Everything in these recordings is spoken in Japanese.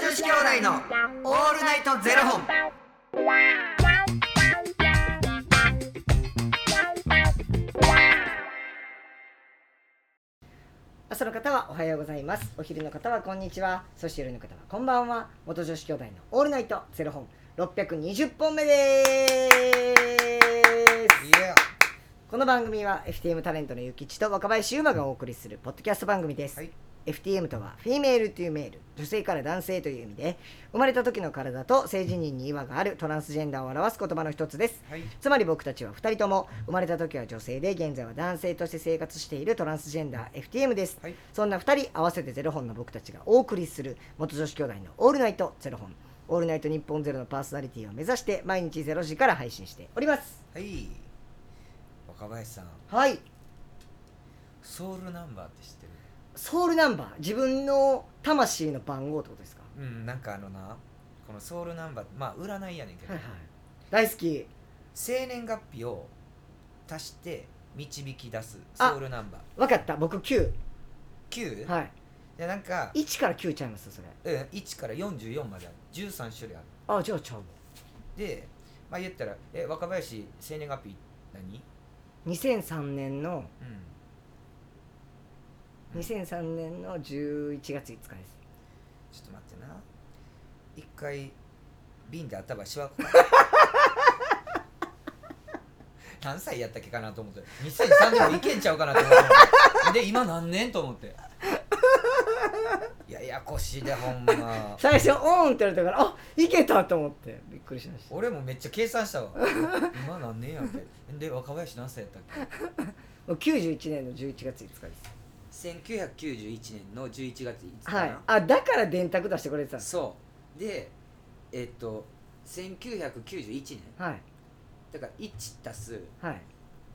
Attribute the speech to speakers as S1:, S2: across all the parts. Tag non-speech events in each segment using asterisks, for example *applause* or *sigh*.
S1: 子兄弟のオールナイトゼロ本。
S2: 朝の方はおはようございますお昼の方はこんにちはそして夜の方はこんばんは元女子兄弟のオールナイトゼロ本620本目ですこの番組は FTM タレントのゆきちと若林優馬がお送りするポッドキャスト番組です、
S1: はい
S2: FTM とはフィメールというメール女性から男性という意味で生まれた時の体と性自認に違和があるトランスジェンダーを表す言葉の一つです
S1: はい。
S2: つまり僕たちは2人とも生まれた時は女性で現在は男性として生活しているトランスジェンダー FTM です、
S1: はい
S2: そんな2人合わせてゼロ本の僕たちがお送りする元女子兄弟の「オールナイトゼロ本」「オールナイト日本ゼロのパーソナリティを目指して毎日ゼロ時から配信しております
S1: はい。若林さん、
S2: はい
S1: ソウルナンバーって知ってる？
S2: ソウルナンバー自分の魂の番号ってことですか
S1: うん、なんかあのな、このソウルナンバー、まあ占いやねんけど、
S2: はいはい大好き
S1: 生年月日を足して導き出す
S2: あ
S1: ソウルナンバー。
S2: 分かった僕9
S1: 9？
S2: はいい
S1: やなんか、
S2: 1から9ちゃいますそれ
S1: うん、1から44まである。13種類ある。
S2: あじゃあちゃう
S1: で、まあ言ったら、え若林生年月日何？
S2: 2003年の
S1: うん。
S2: 2003年の11月5日です
S1: ちょっと待ってな一回瓶で頭しわ *laughs* 何歳やったっけかなと思って2003でもいけんちゃうかなと思ってで今何年と思ってややこしいでほんま
S2: 最初「オン!」って言われたから「あいけた!」と思ってびっくりしました
S1: 俺もめっちゃ計算したわ今何年やってで若林何歳やったっけ
S2: もう91年の11月5日です
S1: 1991年の11月5日かな、
S2: はいあだから電卓出してくれてたんです
S1: そうでえっと1991年
S2: はい
S1: だから1足す
S2: はい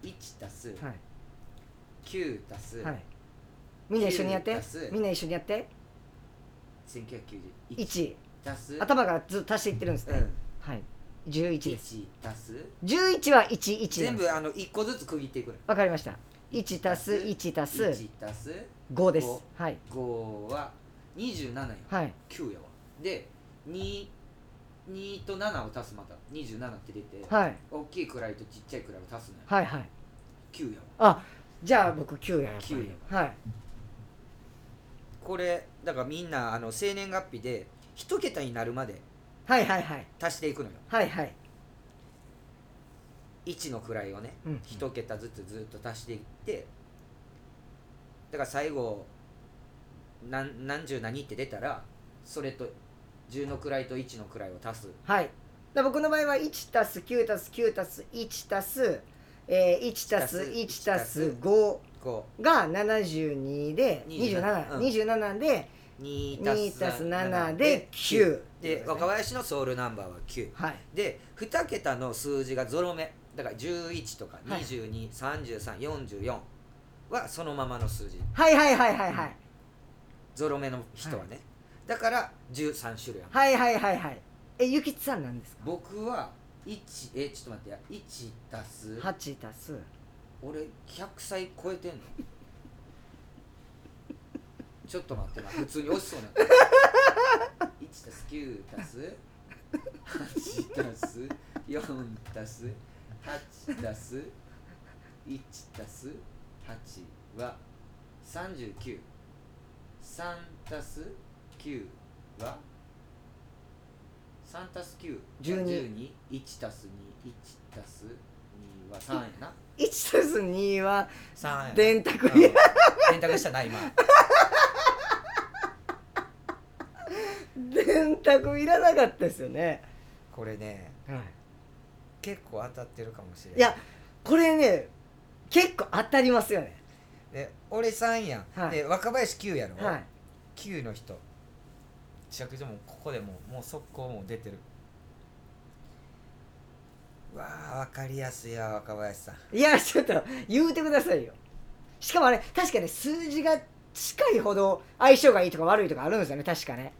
S1: 1足す
S2: は
S1: 9足す、
S2: いはいみんな一緒にやって
S1: 9足す
S2: みんな一緒にやって
S1: 1991
S2: 1
S1: 足す
S2: 頭からずっと足していってるんです
S1: う
S2: ね
S1: ん
S2: はい11です
S1: 1足す
S2: 11は11なん
S1: 全
S2: です
S1: 部あの1個ずつ区切っていくの
S2: わかりました1足す1足す
S1: 1足す
S2: 5です
S1: 五
S2: はい
S1: 5は27や
S2: はい
S1: 9やわで2二と7を足すまた27って出て、
S2: はい
S1: 大きい位とちっちゃい位を足すのよ
S2: はいはい
S1: 9やわ
S2: あじゃあ僕9ややっぱり
S1: 九
S2: はい
S1: これだからみんなあの生年月日で一桁になるまで
S2: はいはいはい
S1: 足していくのよ
S2: はいはい
S1: 1の位をね
S2: うん
S1: 一桁ずつずっと足していってだから最後何何十何って出たらそれと10の位と1の位を足す
S2: はい。だ僕の場合は1たす9たす9たす1たす、えー、1たす1たす5
S1: 5
S2: が72で27、
S1: うん
S2: 27で
S1: 2
S2: 2たす7で
S1: 9
S2: 9
S1: で若林のソウルナンバーは9
S2: はい。
S1: で2桁の数字がゾロ目だから11とか
S2: はい
S1: 223344はそのままの数字
S2: はいはいはいはいはい。
S1: ゾロ目の人はねだから13種類ある
S2: はいはいはいはい。え、ゆきつさんなんですか
S1: 僕は1えちょっと待ってや1足す
S2: ?8 たす。
S1: 俺100歳超えてんの *laughs* ちょっと待ってな普通に落ちそうになった1たす9たす8たす4たす8たす1たす8は393たす9は3たす9
S2: 12
S1: 1たす21たす2は3やな
S2: 1たす2は
S1: 三や
S2: 電卓
S1: うん
S2: や。
S1: 電卓したな今
S2: 電卓いらなかったですよね。
S1: これね
S2: はい。
S1: 結構当たってるかもしれない
S2: いや、これね、結構当たりますよね。
S1: で俺3やん、
S2: はい
S1: で若林9やろ、
S2: はい。
S1: 九9の人尺上もうここでもうもう速攻もう出てるうわあわかりやすいわ若林さん
S2: いやちょっと言うてくださいよしかもあれ確かね数字が近いほど相性がいいとか悪いとかあるんですよね確かね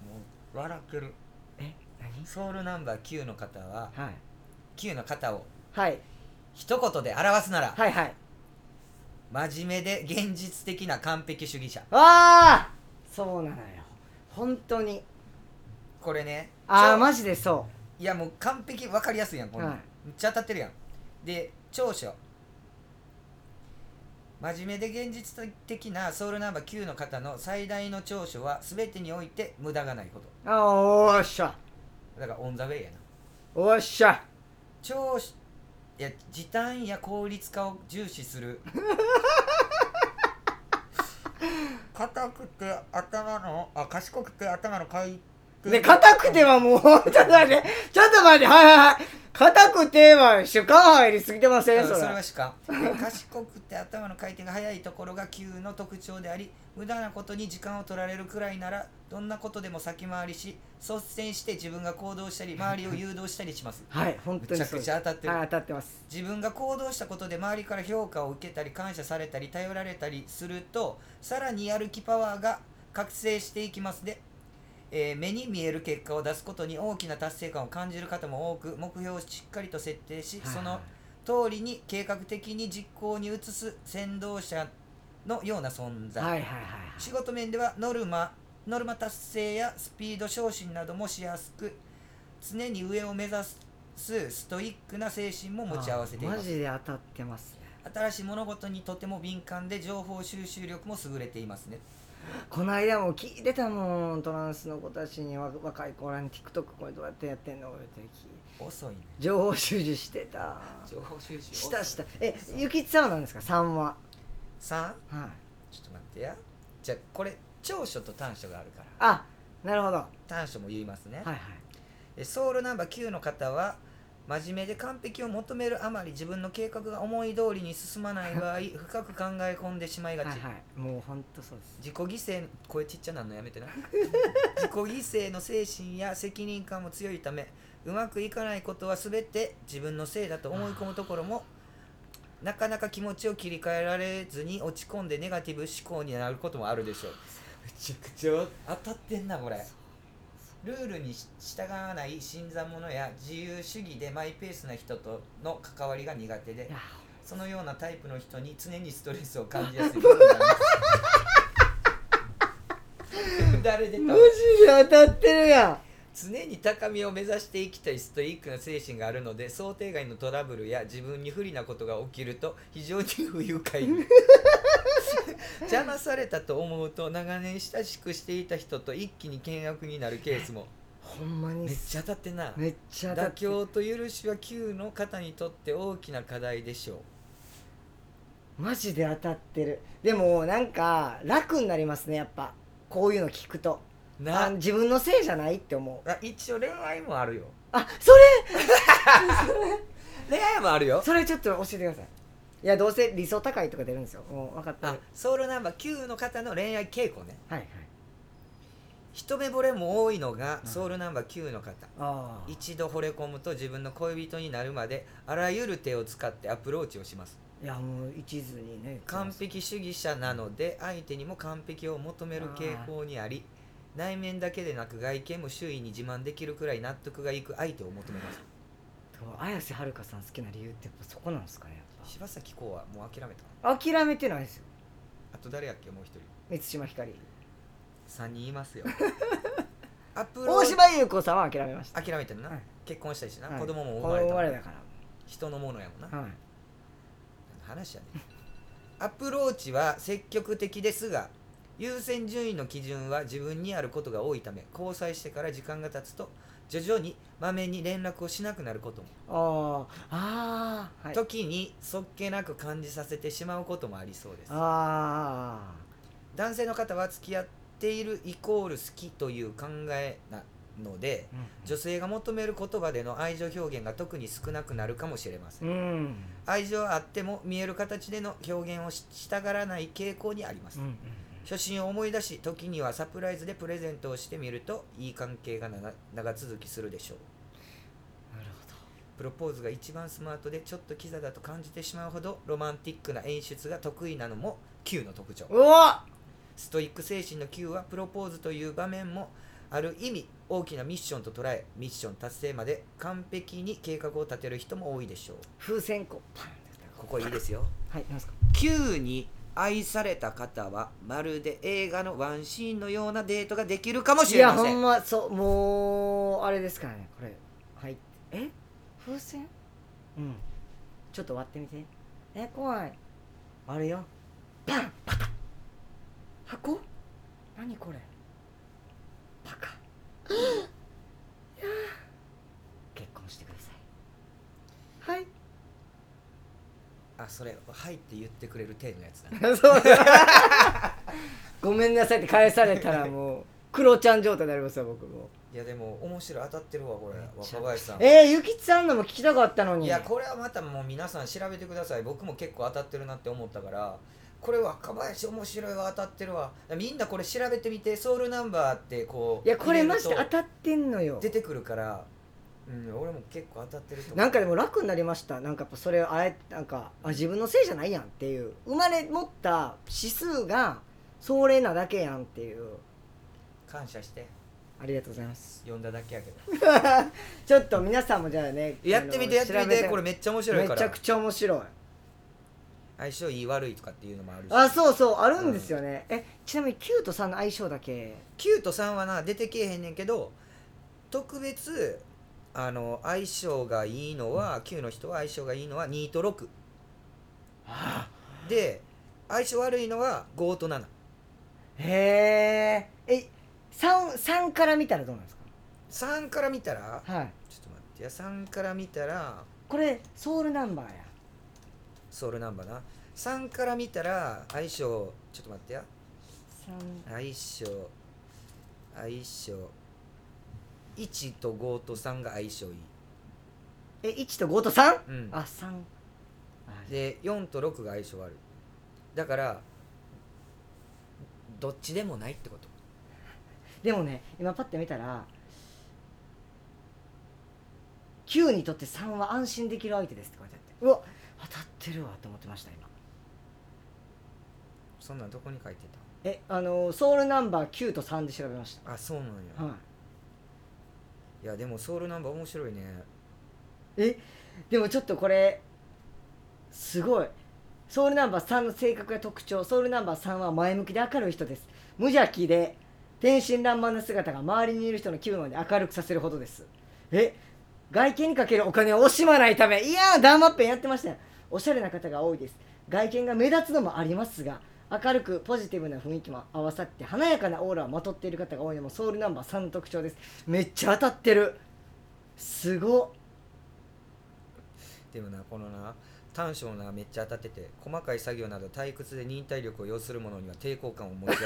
S1: もう笑ってる
S2: え何
S1: ソウルナンバー9の方は
S2: はい
S1: 9の方を
S2: はい
S1: 一言で表すなら、
S2: はいはい
S1: 真面目で現実的な完璧主義者
S2: ああそうなのよ本当に
S1: これね
S2: ああ
S1: ま
S2: マジでそ
S1: いやもう完璧分かりやすいやんこんなん、
S2: はい
S1: めっちゃ当たってるやんで長所真面目で現実的なソウルナンバー9の方の最大の長所は全てにおいて無駄がないこと
S2: うあおーっしゃ
S1: だからオン・ザ・ウェイやな
S2: おーっしゃ
S1: 長所いや時短や効率化を重視
S2: *laughs*
S1: する硬くて頭のあ賢くて頭の回転
S2: ね硬くてはもう本当だね *laughs* ちょっと待ってはいはいはい硬くては主観入りすぎてませ
S1: うんん
S2: そ
S1: そ
S2: れ
S1: れはしかで賢くて頭の回転が速いところが9の特徴であり無駄なことに時間を取られるくらいならどんなことでも先回りし率先して自分が行
S2: *laughs*
S1: 動したり周りを誘導したりします
S2: はい本当
S1: め
S2: に
S1: ちゃ
S2: そう
S1: く
S2: で
S1: ち
S2: す
S1: ゃ当たってる、
S2: はい当たってます
S1: 自分が行動したことで周りから評価を受けたり感謝されたり頼られたりするとさらにやる気パワーが覚醒していきますで、えー目に見える結果を出すことに大きな達成感を感じる方も多く目標をしっかりと設定しその通りに計画的に実行に移す先導者のような存在、
S2: はいはいはいはい
S1: 仕事面ではノルマノルマ達成やスピード昇進などもしやすく常に上を目指すストイックな精神も持ち合わせていま
S2: マ
S1: す
S2: ジで当たってますね
S1: 新しい物事にとても敏感で情報収集力も優れていますね
S2: この間も聞いてたもんトランスの子たちにわ若い子らに TikTok これどうやってやってんの言って聞い
S1: 遅いね
S2: 情報収集してた
S3: 情報収集
S2: したしたえゆきつさんは何ですか3は
S1: 3
S2: はい
S1: ちょっと待ってやじゃあこれ長所と短所があるから
S2: あなるほどは
S1: 短所も言いますね
S2: いはい
S1: えソウルナンバー9の方は真面目で完璧を求めるあまり自分の計画が思い通りに進まな
S2: *laughs*
S1: い場合深く考え込んでしまいがち、
S2: はいはいもうほんとそうです
S1: 自己犠牲声ちっちゃなんのや
S2: *laughs*
S1: めてな自己犠牲の精神や責任感も強いためうまくいかないことは全て自分のせいだと思い込むところもなかなか気持ちを切り替えられずに落ち込んでネガティブ思考になることもあるでしょうめちゃくちゃ当たってんなこれルールに従わない新参者や自由主義でマイペースな人との関わりが苦手で
S2: いや
S1: そのようなタイプの人に常にストレスを感じやすいことになり
S2: *laughs*
S1: ます誰で
S2: マ
S1: も
S2: ジで当たってるやん
S1: 常に高みを目指していきたいストイックな精神があるので想定外のトラブルや自分に不利なことが起きると非常に不愉快
S2: *laughs*
S1: 邪魔されたと思うと長年親しくしていた人と一気に険悪になるケースも
S2: ほんまに
S1: めっちゃ当たってんな
S2: めっちゃ当た
S1: 妥
S2: って
S1: 協と許しは9の方にとって大きな課題でしょう
S2: マジで当たってるでもなんか楽になりますねやっぱこういうの聞くと
S1: な
S2: あ自分のせいじゃないって思う
S1: あ一応恋愛もあるよ
S2: あそれ
S1: 恋愛もあるよ
S2: それちょっと教えてくださいいやどうせ理想高いとか出るんですよもう分かってる
S1: あ
S2: はい
S1: ソウルナンバー9の方の恋愛傾向ね
S2: はい
S1: 一目惚れも多いのが
S2: うん
S1: ソウルナンバー9の方、
S2: ああ
S1: 一度惚れ込むと自分の恋人になるまであらゆる手を使ってアプローチをします
S2: いやもう一途にね
S1: 完璧主義者なので相手にも完璧を求める傾向にあり内面だけでなく外見も周囲に自慢できるくらい納得がいく相手を求めます
S2: 綾瀬はるかさん好きな理由ってやっぱそこなんですかねや
S1: 柴咲コウはもう諦めた
S2: っぱ諦めてないですよ
S1: あと誰やっけもう一人
S2: 満島ひかり
S1: 3人
S2: *laughs*
S1: いますよアプロー
S2: 大
S1: チ
S2: 島優子さんは諦めました
S1: 諦めてるな、
S2: はい
S1: 結婚したしな、
S2: はい
S1: 子供も
S2: 子
S1: 生まれ
S2: 供生
S1: たも
S2: ま
S1: ん
S2: れだか
S1: 人のものやもんな、
S2: らはい
S1: 話やねアプローチは積極的ですが優先順位の基準は自分にあることが多いため交際してから時間が経つと徐々にまめに連絡をしなくなることも、
S2: ああああはい
S1: 時にそっけなく感じさせてしまうこともありそうです
S2: あ
S1: 男性の方は付き合っているイコール好きという考えなので
S2: あ
S1: 女性が求める言葉での愛情表現が特に少なくなるかもしれません
S2: うん
S1: 愛情はあっても見える形での表現をししたがらない傾向にあります、
S2: うん
S1: 初心を思い出し時にはサプライズでプレゼントをしてみるといい関係が長長続きするでしょう
S2: なる
S1: プロポーズが一番スマートでちょっとキザだと感じてしまうほどロマンティックな演出が得意なのも Q の特徴
S2: ほどうわ
S1: ストイック精神の Q はプロポーズという場面もある意味大きなミッションと捉えミッション達成まで完璧に計画を立てる人も多いでしょう
S2: 風船こうパンって
S1: ここいいですよ
S2: はいなんですか
S1: Q に愛された方はまるで映画のワンシーンのようなデートができるかもし
S2: い
S1: れ
S2: や
S1: ま
S2: ほ
S1: せ
S2: ん
S1: ん
S2: まそうもうあれですからねこれはいえ風船うんちょっと割ってみてえ怖いあれよバンパカ箱何これパ *gasps* カいやー結婚してくださいはい
S1: あそれ「はい」って言ってくれる程度のやつだ
S2: そうだ *laughs* ごめんなさいって返されたらもうクロちゃん状態になりますよ僕も
S1: いやでも面白い当たってるわこ
S2: め
S1: れ
S2: っちゃ
S1: 若林さん
S2: えー、ゆきちさんのも聞きたかったのに
S1: いやこれはまたもう皆さん調べてください僕も結構当たってるなって思ったからこれ若林面白いわ当たってるわみんなこれ調べてみてソウルナンバーってこう
S2: いやこれマジで
S1: 入
S2: 当
S1: れる
S2: たってんのよ
S1: と出てくるからうん俺も結構当たってると思う
S2: なんかでも楽になりましたなんかやっぱそれあれなんかあ自分のせいじゃないやんっていう生まれ持った指数がそれなだけやんっていう
S1: 感謝して
S2: ありがとうございます
S1: 呼んだだけやけど
S2: ちょっと皆さんもじゃあね
S1: やってみてやってみてこれ
S2: め
S1: めっちゃ面白いか
S2: めちゃ
S1: ら
S2: くちゃ面白い
S1: 相性いい悪いとかっていうのもあるし
S2: あそうそうあるんですよね、えちなみに9と3の相性だけ
S1: 9と3はな出てけえへんねんけど特別あの相性がいいのは9の人は相性がいいのは2と6で相性悪いのは5と7
S2: へーえ三 3, 3から見たらどうなんです
S1: 3から見たら
S2: かはい
S1: ちょっと待ってや3から見たら
S2: これソウルナンバーや
S1: ソウルナンバーな3から見たら相性ちょっと待ってや
S2: 三
S1: 相性相性1と5と3が相性いい
S2: え1と5と 3?
S1: うん
S2: あ三
S1: で4と6が相性悪いだからどっちでもないってこと
S2: でもね今パッて見たら9にとって3は安心できる相手ですって書いてあってうわ当たってるわと思ってました今
S1: そんなんどこに書いて
S2: えあのソウルナンバー9と3で調べました
S1: たあそうなんや、、
S2: はい
S1: やでもソウルナンバー面白いね
S2: いえでもちょっとこれすごいソウルナンバー3の性格や特徴ソウルナンバー3は前向きで明るい人です無邪気で天真爛漫な姿が周りにいる人の気分まで明るくさせるほどですえ外見にかけるお金を惜しまないためいやーダーマッペンやってましたよおしゃれな方が多いです外見が目立つのもありますが明るくポジティブな雰囲気も合わさって華やかなオーラをまとっている方が多いのもソウルナンバー3の特徴ですめっちゃ当たってるすごっ
S1: でもなこのな短所をなめっちゃ当たってて細かい作業など退屈で忍耐力を要するものには抵抗感を持ちや *laughs* す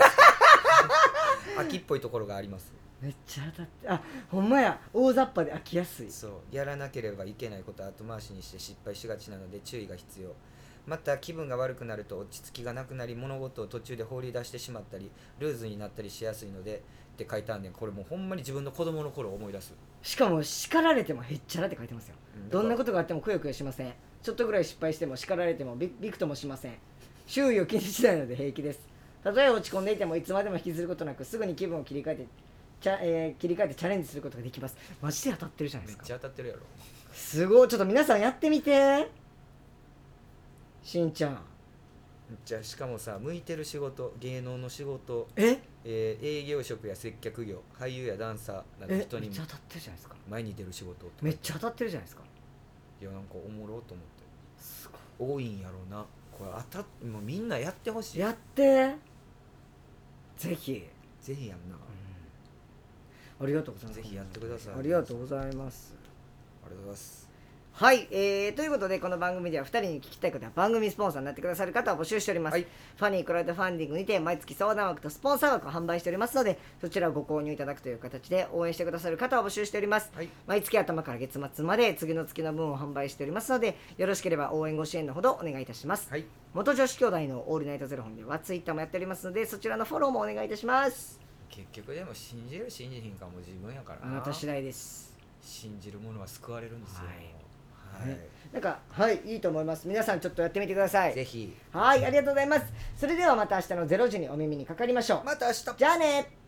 S1: い秋っぽいところがあります
S2: めっちゃ当たってあほんまや大雑把で飽きやすい
S1: そうやらなければいけないことは後回しにして失敗しがちなので注意が必要また気分が悪くなると落ち着きがなくなり物事を途中で放り出してしまったりルーズになったりしやすいのでって書いたんでこれもうほんまに自分の子供の頃を思い出す、
S2: しかも叱られてもへっちゃらって書いてますよどんなこととがあってもくよくよしませんちょっとぐらい失敗しても叱られてもびびくともしません周囲を気にしないので平気ですたとえ落ち込んでいてもいつまでも引きずることなくすぐに気分を切り替えてちゃ、えー切り替えてチャレンジすることができますマジで当たってるじゃないで
S1: めっ
S2: すか
S1: ちゃ当たってるやろ
S2: すごいちょっと皆さんやってみてしんちゃん
S1: じゃあしかもさ向いてる仕事芸能の仕事、
S2: え
S1: えー営業職や接客業俳優やダンサーなど
S2: え
S1: 人
S2: めっ
S1: に
S2: ちゃ当たってるじゃないですか
S1: 前に出る仕事とか
S2: めっちゃ当たってるじゃないですか
S1: いやなんかおもろと思って
S2: す
S1: 多いんやろうなこれ当たっもうみんなやってほしい
S2: やってぜひ、
S1: ぜひやんな、
S2: ありがとうございます
S1: ぜひやってください
S2: ありがとうございます
S1: ありがとうございます
S2: はい、えーということでこの番組では2人に聞きたいことは番組スポンサーになってくださる方を募集しております、
S1: はい
S2: ファニークラウドファンディングにて毎月相談枠とスポンサー枠を販売しておりますのでそちらをご購入いただくという形で応援してくださる方を募集しております
S1: はい
S2: 毎月頭から月末まで次の月の分を販売しておりますのでよろしければ応援ご支援のほどお願いいたします、
S1: はい
S2: 元女子兄弟のオールナイトゼロ本ではツイッターもやっておりますのでそちらのフォローもお願いいたします
S1: 結局でも信じる信じひんかも自分やから
S2: あなた次第です
S1: 信じる者は救われるんですよ
S2: い
S1: はい、
S2: なんかはいいいと思います皆さんちょっとやってみてくださ
S1: ぜ
S2: い
S1: ひ
S2: はいありがとうございますそれではまた明日の0時にお耳にかかりましょう
S1: また明日
S2: じゃあね